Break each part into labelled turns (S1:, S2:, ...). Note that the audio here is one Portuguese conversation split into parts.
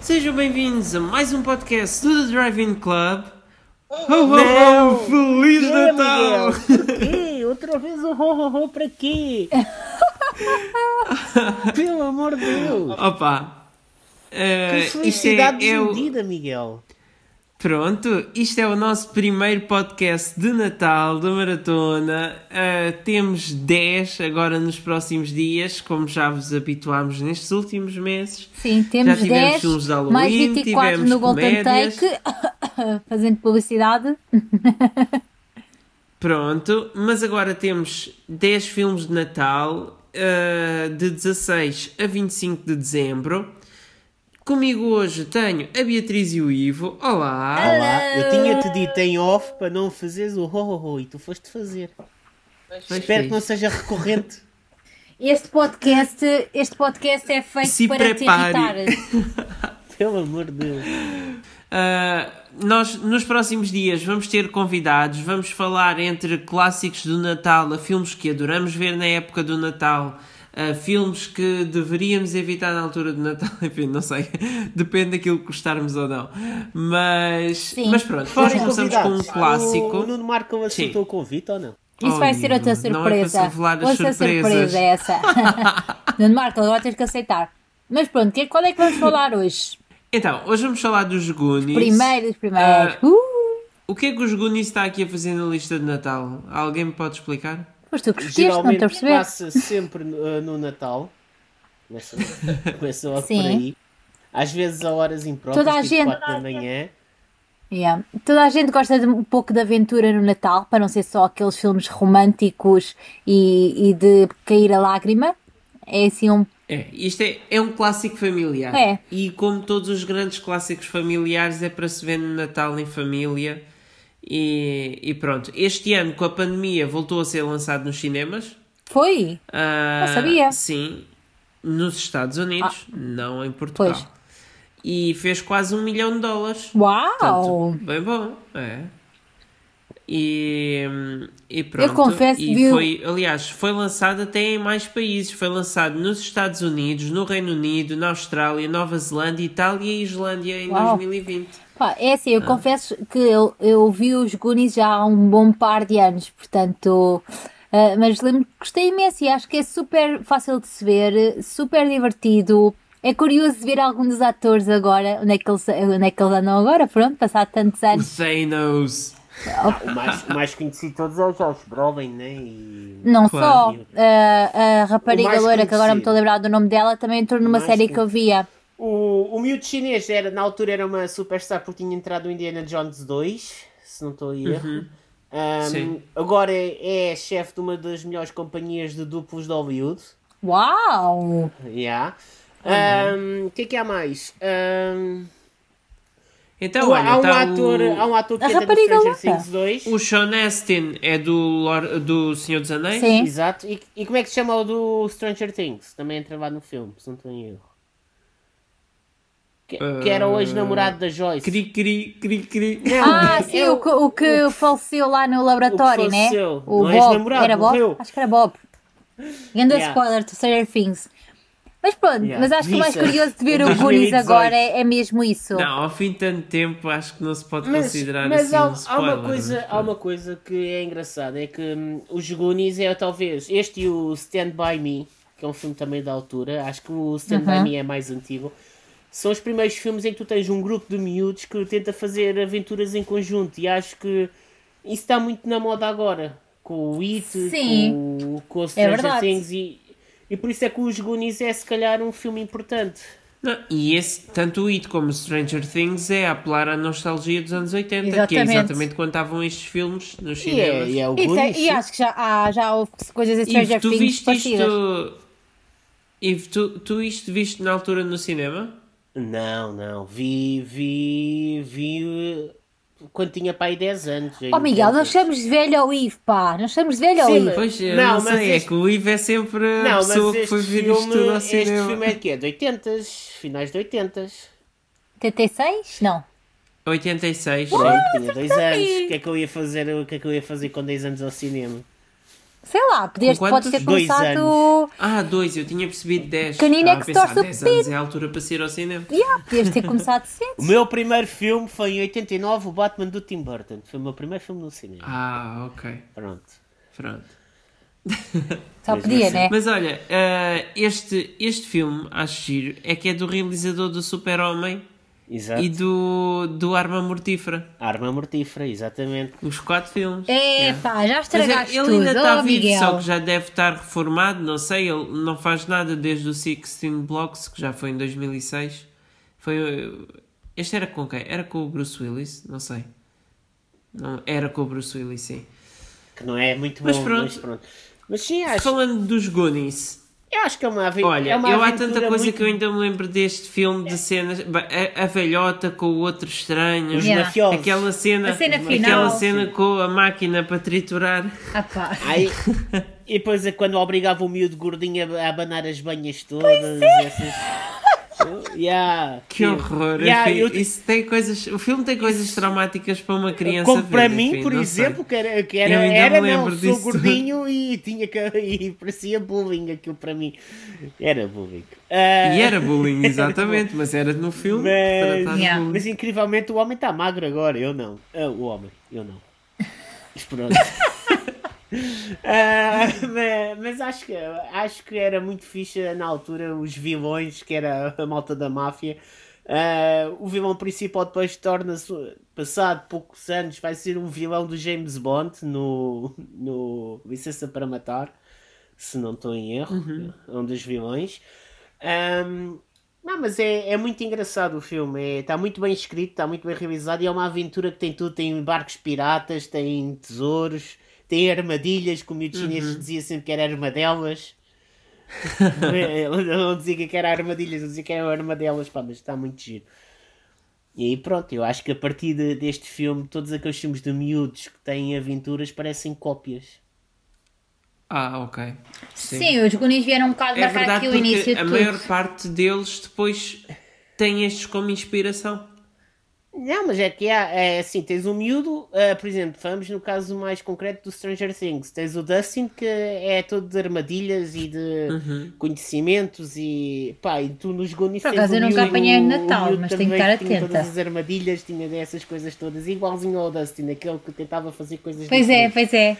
S1: Sejam bem-vindos a mais um podcast do The Drive-In Club.
S2: Oh,
S1: Ho, ho, ho,
S2: não!
S1: Feliz
S2: Quê,
S1: Natal!
S2: Miguel? Por quê? Outra vez o ho, ho, ho para quê? Pelo amor de Deus!
S1: Opa! eh,
S2: Que
S1: isto é-
S2: felicidade
S1: é o-
S2: desmedida, Miguel!
S1: Pronto, isto é o nosso primeiro podcast de Natal, da Maratona. Ah, temos 10 agora nos próximos dias, como já vos habituámos nestes últimos meses.
S3: Sim, temos
S1: já tivemos
S3: 10,
S1: filmes de Halloween,
S3: mais 24
S1: tivemos
S3: no Golden
S1: comédias.
S3: Take, fazendo publicidade.
S1: Pronto, mas agora temos 10 filmes de Natal, ah, de 16 a 25 de dezembro. Comigo hoje tenho a Beatriz e o Ivo. Olá!
S2: Olá, eu tinha-te dito em off para não fazeres o ho, ho, ho e tu foste fazer.
S1: Pois
S2: Espero que
S1: fiz.
S2: não seja recorrente.
S3: Este podcast, este podcast é feito
S1: Se
S3: para
S1: prepare.
S3: te irritar.
S2: Pelo amor de Deus!
S1: Uh, nós nos próximos dias vamos ter convidados, vamos falar entre clássicos do Natal a filmes que adoramos ver na época do Natal, a filmes que deveríamos evitar na altura do Natal, enfim, não sei, depende daquilo que gostarmos ou não. Mas,
S3: Sim.
S1: mas pronto, nós
S2: Forem
S1: começamos com um
S2: convidados.
S1: clássico.
S2: O, o Nuno Marco
S1: Sim.
S2: aceitou o convite ou não?
S3: Isso
S1: Oh,
S3: vai ser outra
S1: Nuno, não é para
S3: surpresa.
S1: revelar as
S3: outra
S1: surpresas.
S3: surpresa é essa. Nuno Marco, agora tens que aceitar. Mas pronto, que- qual é que vamos falar hoje?
S1: Então, hoje vamos falar dos Goonies.
S3: Primeiro,
S1: Ah.
S3: primeiro. Uh,
S1: O que é que os Goonies está aqui a fazer na lista de Natal? Alguém me pode explicar?
S3: foste tu que escolheste, não estou a
S2: Geralmente
S3: perceber.
S2: passa sempre uh, no Natal. Começa, começa logo
S3: Sim.
S2: por aí. Às vezes a horas impróprias,
S3: Toda a
S2: tipo
S3: gente-
S2: 4 da manhã.
S3: Yeah. Toda a gente gosta de um pouco de aventura no Natal, para não ser só aqueles filmes românticos e, e de cair a lágrima. É assim um.
S1: É, isto é, é um clássico familiar.
S3: É.
S1: E como todos os grandes clássicos familiares, é para se ver no Natal em família. E, e pronto. Este ano, com a pandemia, voltou a ser lançado nos cinemas.
S3: Foi?
S1: Ah,
S3: Não sabia. Ah.
S1: Sim, nos Estados Unidos, não em Portugal.
S3: Pois.
S1: E fez quase um milhão de dólares.
S3: Uau!
S1: Portanto, bem bom, é. E, e pronto.
S3: Eu confesso
S1: e
S3: que eu-
S1: foi, aliás, foi lançado até em mais países. Foi lançado nos Estados Unidos, no Reino Unido, na Austrália, Nova Zelândia, Itália e Islândia em
S3: Uau.
S1: 2020.
S3: Pá, é assim, eu confesso que eu, eu vi os Goonies já há um bom par de anos, portanto. ah, mas lembro que gostei imenso e acho que é super fácil de se ver, super divertido. É curioso ver alguns dos atores agora, onde é que eles, onde é que eles andam agora, pronto, passado tantos
S2: É.
S1: O
S3: anos.
S1: Thanos.
S2: O mais, o mais conhecido de todos é o Josh Brolin, né? E...
S3: Não
S1: Claro.
S3: só eh, a, a
S2: O
S3: rapariga
S2: mais
S3: loira, que agora
S2: conhecido.
S3: me estou a lembrar do nome dela, também entrou numa
S2: mais
S3: série que eu via.
S2: O, o miúdo chinês era, na altura era uma superstar porque tinha entrado em Indiana Jones 2, se não estou a erro. Ahm,
S1: Uhum. Sim.
S2: agora é, é chefe de uma das melhores companhias de duplos de Hollywood.
S3: Uau!
S2: Yeah.
S1: Uhum.
S2: Ahm, O que é que há mais? Ahm,
S1: Então, olha,
S2: há, um
S1: tá
S2: ator,
S1: o...
S2: há um ator que
S3: A
S2: entra no
S3: rapariga
S2: Stranger
S3: louca.
S2: Things 2.
S1: o Sean Astin é do, Lor- do Senhor dos Anéis?
S3: Sim.
S2: Exato. E, e como é que se chama o do Stranger Things? Também entra lá no filme, se não estou em erro. Que, que era o ex-namorado da Joyce.
S1: Cri, cri, cri, cri.
S3: Ah,
S2: é
S3: sim,
S2: o-
S3: o, que- o que faleceu lá no laboratório, né?
S2: faleceu.
S3: O
S2: Não
S3: Bob.
S2: és namorado,
S3: era Bob?
S2: morreu.
S3: Acho que era Bob. Ganda
S2: Yeah.
S3: spoiler, do Stranger Things. Mas pronto,
S2: Yeah.
S3: mas acho que o mais
S2: Isso.
S3: curioso de ver o
S2: 2018.
S3: Goonies agora é, é mesmo isso.
S1: Não, ao fim de tanto tempo acho que não se pode
S2: Mas,
S1: considerar
S2: mas
S1: assim
S2: há,
S1: um
S2: há
S1: spoiler.
S2: uma coisa,
S1: mas
S2: há uma coisa que é engraçada: é que hum, os Goonies é talvez este e o Stand By Me, que é um filme também da altura. Acho que o Stand
S3: Uhum.
S2: By Me é mais antigo. São os primeiros filmes em que tu tens um grupo de miúdos que tenta fazer aventuras em conjunto, e acho que isso está muito na moda agora. Com o It,
S3: Sim.
S2: com, o- com o Stranger
S3: verdade.
S2: Things, e, e por isso é que os Goonies é se calhar um filme importante.
S1: Não, e esse, tanto o It como o Stranger Things é apelar à nostalgia dos anos 80, que é
S3: Exatamente.
S1: exatamente quando estavam estes filmes nos
S2: E é,
S1: cinemas.
S2: e é o
S3: E,
S2: Goonies.
S3: te- e acho que já, há, já houve coisas em
S1: E
S3: Stranger
S1: tu
S3: Things
S1: viste
S3: parecidas.
S1: isto. E tu, tu isto viste na altura no cinema?
S2: Não, não. Vi, vi, vi eh, quando tinha pai 10 anos.
S3: Oh Miguel, não chamamos de velho ao Ivo, pá. Não chamamos de velho ao
S2: Sim,
S3: Ivo.
S2: mas-
S1: Pois eu não,
S2: Não, mas
S1: sei, é
S2: este-
S1: que o Ivo é sempre a
S2: Não, mas
S1: pessoa que
S2: este
S1: foi ver isto tudo
S2: filme,
S1: ao
S2: este
S1: cinema.
S2: filme é de quê? De 80 finais de 80
S3: 86? Não.
S1: 86,
S2: é tinha 2 anos. O que é que eu ia fazer? O que é que eu ia fazer com 10 anos ao cinema?
S3: Sei lá, podias,
S1: Com
S3: podes
S1: quantos?
S3: ter
S2: Dois
S3: começado.
S1: Ah, dois, eu tinha percebido 10. Estava
S3: Canina
S1: a
S3: que
S1: pensar,
S3: torce o
S1: 10 anos é a altura para sair ao cinema.
S3: Yeah, podias ter começado cedo.
S2: O meu primeiro filme foi em 89, o Batman do Tim Burton. Foi o meu primeiro filme no cinema.
S1: Ah, ok.
S2: Pronto.
S1: Pronto.
S3: Só podia, né?
S1: assim. Mas olha, eh, este, este filme, acho giro, é que é do realizador do Super-Homem
S3: É.
S2: Exato.
S1: e do, do Arma Mortífera.
S2: Arma mortífera, exatamente.
S1: Os quatro filmes.
S3: É
S1: Yeah.
S3: pá, já
S1: Mas
S3: estragaste
S1: ele
S3: tudo.
S1: ainda está
S3: oh,
S1: vivo,
S3: Miguel.
S1: só que já deve estar reformado, não sei, ele não faz nada desde o Sixteen Blocks, que já foi em 2006. Foi, eh, este era com quem? Era com o Bruce Willis? Não sei. Não, era com o Bruce Willis, sim.
S2: Que não é muito
S1: Mas
S2: bom,
S1: pronto.
S2: mas pronto. Mas sim, acho,
S1: Falando dos Goonies,
S2: eu acho que é uma, aven-
S1: Olha,
S2: é uma
S1: eu há
S2: aventura
S1: tanta coisa
S2: muito...
S1: que eu ainda me lembro deste filme de cenas. Bem, A, a velhota com o outro estranho.
S2: Os
S3: Yeah.
S2: mafiosos.
S1: Aquela cena,
S3: A cena
S1: aquela
S3: final.
S1: cena com a máquina para triturar.
S3: Ah, pá.
S2: Aí- e depois é quando obrigava o miúdo gordinho a a abanar as banhas todas. Essas... Yeah,
S1: é. Que horror!
S2: Yeah,
S1: enfim,
S2: eu-
S1: isso tem coisas, o filme tem coisas traumáticas para uma criança.
S2: Como
S1: ver,
S2: para
S1: enfim,
S2: mim, por
S1: não
S2: exemplo, que era, que era,
S1: Eu ainda me
S2: era não,
S1: lembro
S2: sou
S1: disso.
S2: gordinho e tinha que, e parecia bullying aquilo para mim. Era bullying.
S1: sei.
S2: Ah,
S1: E era bullying, exatamente, mas era no filme.
S2: Mas-
S1: tratado de
S3: Yeah.
S1: bullying.
S2: Mas incrivelmente o homem está magro agora, eu não. Ah, o homem, eu não. Mas pronto. Ah, mas, mas acho, que, acho que era muito fixe na altura os vilões, que era a malta da máfia. Ah, o vilão principal depois torna-se, passado poucos anos, vai ser um vilão do James Bond no, no Licença para Matar, se não estou em erro, é um dos vilões. Ahm, não, mas é, é muito engraçado o filme. Está muito bem escrito, está muito bem realizado e é uma aventura que tem tudo. Tem barcos piratas, tem tesouros, tem armadilhas, como o chinês dizia sempre que era armadelas. Ele não dizia que era armadilhas, ele dizia que eram armadelas, pá, mas está muito giro. E aí pronto, eu acho que a partir de- deste filme, todos aqueles filmes de miúdos que têm aventuras parecem cópias.
S1: Ah, ok.
S3: Sim. os Goonies vieram um bocado
S1: É
S3: marcar
S1: verdade,
S3: aqui o
S1: porque
S3: início de
S1: a
S3: tudo.
S1: maior parte deles depois tem estes como inspiração.
S2: Não, mas é que há, é assim, tens o miúdo, eh, por exemplo, vamos no caso mais concreto do Stranger Things, tens o Dustin que é todo de armadilhas e de conhecimentos e pá, e tu nos Goonies
S3: Por
S2: tens
S3: acaso
S2: o
S3: eu nunca
S2: miúdo-
S3: apanhei
S2: o
S3: Natal,
S2: miúdo
S3: mas tenho que
S2: também
S3: estar
S2: tinha
S3: atenta.
S2: Todas as armadilhas, tinha dessas coisas todas, igualzinho ao Dustin, aquele que tentava fazer coisas
S3: Pois é,
S2: diferentes.
S3: pois é.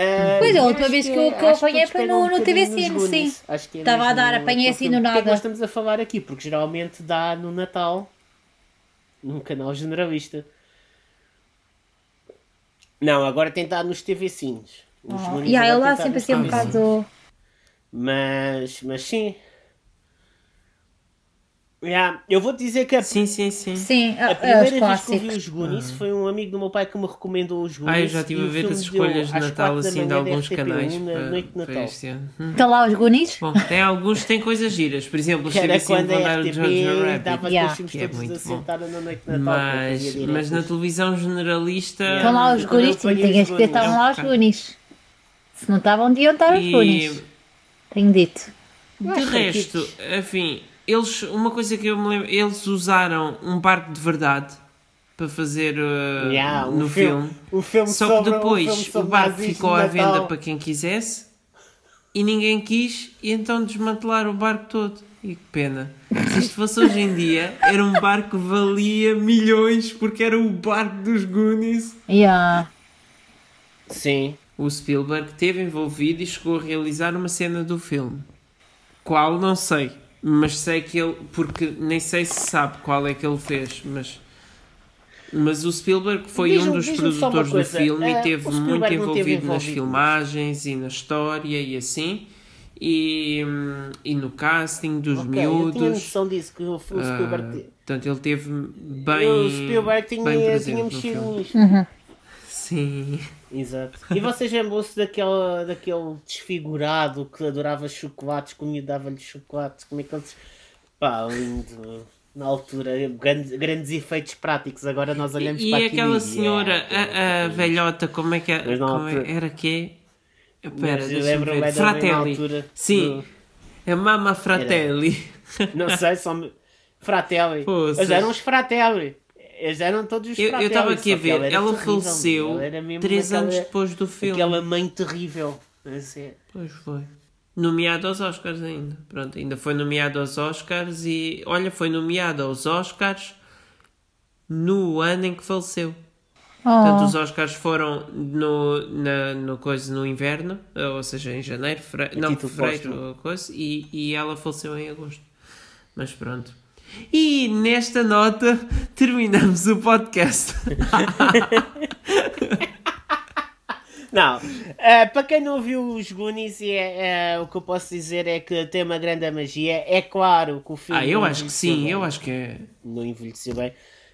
S2: Ah,
S3: Pois é, a
S2: eu
S3: última
S2: acho
S3: vez que eu- que eu
S2: acho
S3: apanhei
S2: eles
S3: foi
S2: pegam um
S3: no- no
S2: bocadinho
S3: TVCine,
S2: nos Goonies.
S3: sim.
S2: Acho que é
S3: Estava a
S2: mesmo
S3: dar, apanhei
S2: aquele
S3: assim
S2: filme.
S3: do
S2: Porquê é que
S3: nada.
S2: nós estamos a falar aqui? Porque geralmente dá no Natal, num canal generalista. Não, agora tem dado nos TVCines. Os
S3: Oh,
S2: Goonies
S3: e aí
S2: agora
S3: lá
S2: tem dado
S3: sempre
S2: nos
S3: assim
S1: Ah,
S3: um
S2: TVCines.
S3: bocado.
S2: Mas, mas sim. Yeah, Eu vou dizer que a
S1: Sim, sim, sim.
S3: Sim,
S2: a
S3: ah, ah,
S2: primeira
S3: os
S2: vez que eu vi
S3: clássicos.
S2: os Goonies foi um amigo do meu pai que me recomendou os Goonies.
S1: Ah, eu já estive
S2: e
S1: a
S2: o
S1: ver
S2: filme
S1: as
S2: deu
S1: escolhas de
S2: às
S1: Natal
S2: quatro da
S1: assim de
S2: manhã da
S1: alguns
S2: RTP1
S1: canais
S2: na noite de
S1: para, para
S2: Natal.
S1: este ano. Hum.
S3: Está lá os Goonies?
S1: Bom, tem alguns, tem coisas giras. Por exemplo,
S2: Que era
S1: estive
S2: quando
S1: assim a
S2: a
S1: mandar o Jojo
S2: RTP
S1: Rabbit.
S2: dava
S3: Yeah.
S2: yeah. filmes
S1: Que é
S2: todos
S1: muito
S2: da
S1: bom.
S2: sentada na noite de Natal.
S1: Mas, mas na televisão generalista.
S2: Yeah.
S3: Estão Tá lá os
S2: Quando
S3: Goonies?
S2: eu apanhei
S3: Sim, tinhas
S2: os
S3: que estavam lá os
S1: Goonies.
S3: Goonies. Se não estavam, deviam estar os Goonies.
S1: E
S3: Tenho dito.
S1: de
S3: é
S2: é
S1: resto, enfim, eles, uma coisa que eu me lembro, eles usaram um barco de verdade para fazer uh, no filme.
S2: O um filme
S1: Só que
S2: sobre- um
S1: depois
S2: filme
S1: o
S2: sobre
S1: barco
S2: nazis
S1: ficou
S2: de
S1: à
S2: Natal.
S1: venda para quem quisesse e ninguém quis, e então desmantelaram o barco todo. E que pena. Se isto fosse hoje em dia, era um barco que valia milhões porque era o barco dos Goonies.
S3: Yeah.
S2: Sim.
S1: O Spielberg esteve envolvido e chegou a realizar uma cena do filme. Qual não sei, mas sei que ele, porque nem sei se sabe qual é que ele fez, mas mas o Spielberg foi
S2: Diz-me-
S1: um dos
S2: diz-me só uma
S1: produtores do
S2: coisa.
S1: filme
S2: Eh,
S1: e teve
S2: o
S1: muito
S2: Spielberg não
S1: envolvido,
S2: teve
S1: nas
S2: envolvido.
S1: filmagens e na história e assim e, hum, e no casting dos
S2: Ok, eu tinha
S1: miúdos.
S2: noção disso, que o, o Spielberg...
S1: Ah, portanto, ele teve bem,
S2: o
S1: bem
S2: Spielberg tinha,
S1: presente
S2: tinha
S1: no
S2: mexido
S1: filme.
S2: nisto.
S1: Sim.
S2: Exato. E vocês lembram-se daquele, daquele desfigurado que adorava chocolates, comia dava-lhe chocolate, como é que eles. Pá, lindo. Na altura, grandes, grandes efeitos práticos. Agora nós olhamos
S1: E
S2: para
S1: aquela
S2: aquilo
S1: senhora,
S2: é,
S1: a, a velhota, como é que é-
S2: Mas na
S1: como é-
S2: altura-
S1: era que é? Pera,
S2: eu
S1: deixa-me
S2: lembro-me
S1: ver.
S2: bem da- bem na
S1: Fratelli.
S2: altura
S1: Sim,
S2: do-
S1: é Mama Fratelli.
S2: Não sei, só. Me... Fratelli.
S1: Poças.
S2: Eles eram os Fratelli. Eles eram todos os
S1: Eu eu
S2: Fratelli.
S1: estava aqui a
S2: só que
S1: ver,
S2: era
S1: ela
S2: terrível,
S1: faleceu
S2: ela era mesmo
S1: três
S2: aquela-
S1: anos depois do filme.
S2: Aquela mãe terrível. Mas é.
S1: Pois foi. Nomeado aos Oscars ainda. Pronto, ainda foi nomeado aos Oscars e. Olha, foi nomeado aos Oscars no ano em que faleceu.
S3: Oh,
S2: Oh.
S1: Portanto, os Oscars foram no, na, no, coisa, no inverno, eh, ou seja, em janeiro, fre... não,
S2: título
S1: fevereiro,
S2: póstumo.
S1: ou coisa, e, e ela faleceu em agosto. Mas pronto. E nesta nota terminamos o podcast.
S2: Não, eh, para quem não viu os Goonies, é, eh, o que eu posso dizer é que tem uma grande magia. É claro que o filme.
S1: ah, eu
S2: não
S1: acho que
S2: envelheceu
S1: sim,
S2: bem.
S1: eu acho que é.
S2: Não envelheceu bem.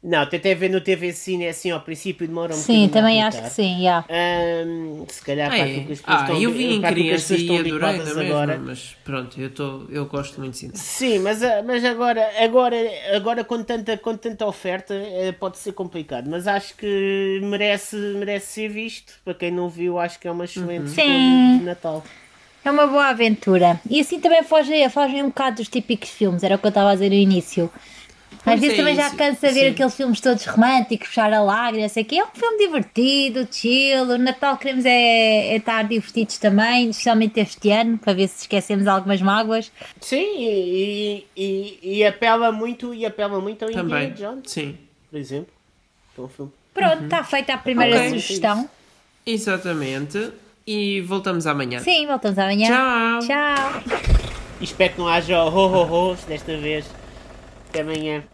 S2: Não, tentei ver no TV Cine assim ao princípio, demora um bocadinho
S3: Sim,
S2: a
S3: também acho
S2: arrancar.
S3: que sim, já.
S2: Ahm, se calhar
S1: Ah,
S2: para aquilo
S1: é.
S2: que as pessoas
S1: Ah,
S2: estão
S1: eu vi em
S2: para aquilo que as
S1: criança
S2: pessoas
S1: e
S2: estão
S1: adorei
S2: habituadas
S1: na mesma,
S2: agora.
S1: mas pronto, eu, tô, eu gosto muito de cinema.
S2: Sim, mas, ah, mas agora, agora, agora com, tanta, com tanta oferta eh, pode ser complicado, mas acho que merece, merece ser visto. Para quem não viu, acho que é uma excelente
S3: Uhum. Sim.
S2: filme de Natal.
S3: É uma boa aventura. E assim também fogem fogem um bocado dos típicos filmes, era o que eu estava a dizer no início.
S1: Pois
S3: Às vezes
S1: é
S3: também já
S1: isso,
S3: cansa ver
S1: sim.
S3: aqueles filmes todos românticos, puxar a lágrima, não sei o quê. É um filme divertido, chill. O Natal queremos é, é estar divertidos também, especialmente este ano, para ver se esquecemos algumas mágoas.
S2: Sim, e, e, e- e apela muito, e apela muito ao
S1: Também.
S2: Indiana Jones,
S1: Sim.
S2: por exemplo. Que é um filme.
S3: Pronto, está feita a primeira
S1: Uhum. Ok.
S3: sugestão.
S1: Exatamente. E voltamos amanhã.
S3: Sim, voltamos amanhã.
S1: É Tchau.
S3: Tchau.
S2: E espero que não haja ho ho ho desta vez. Até amanhã.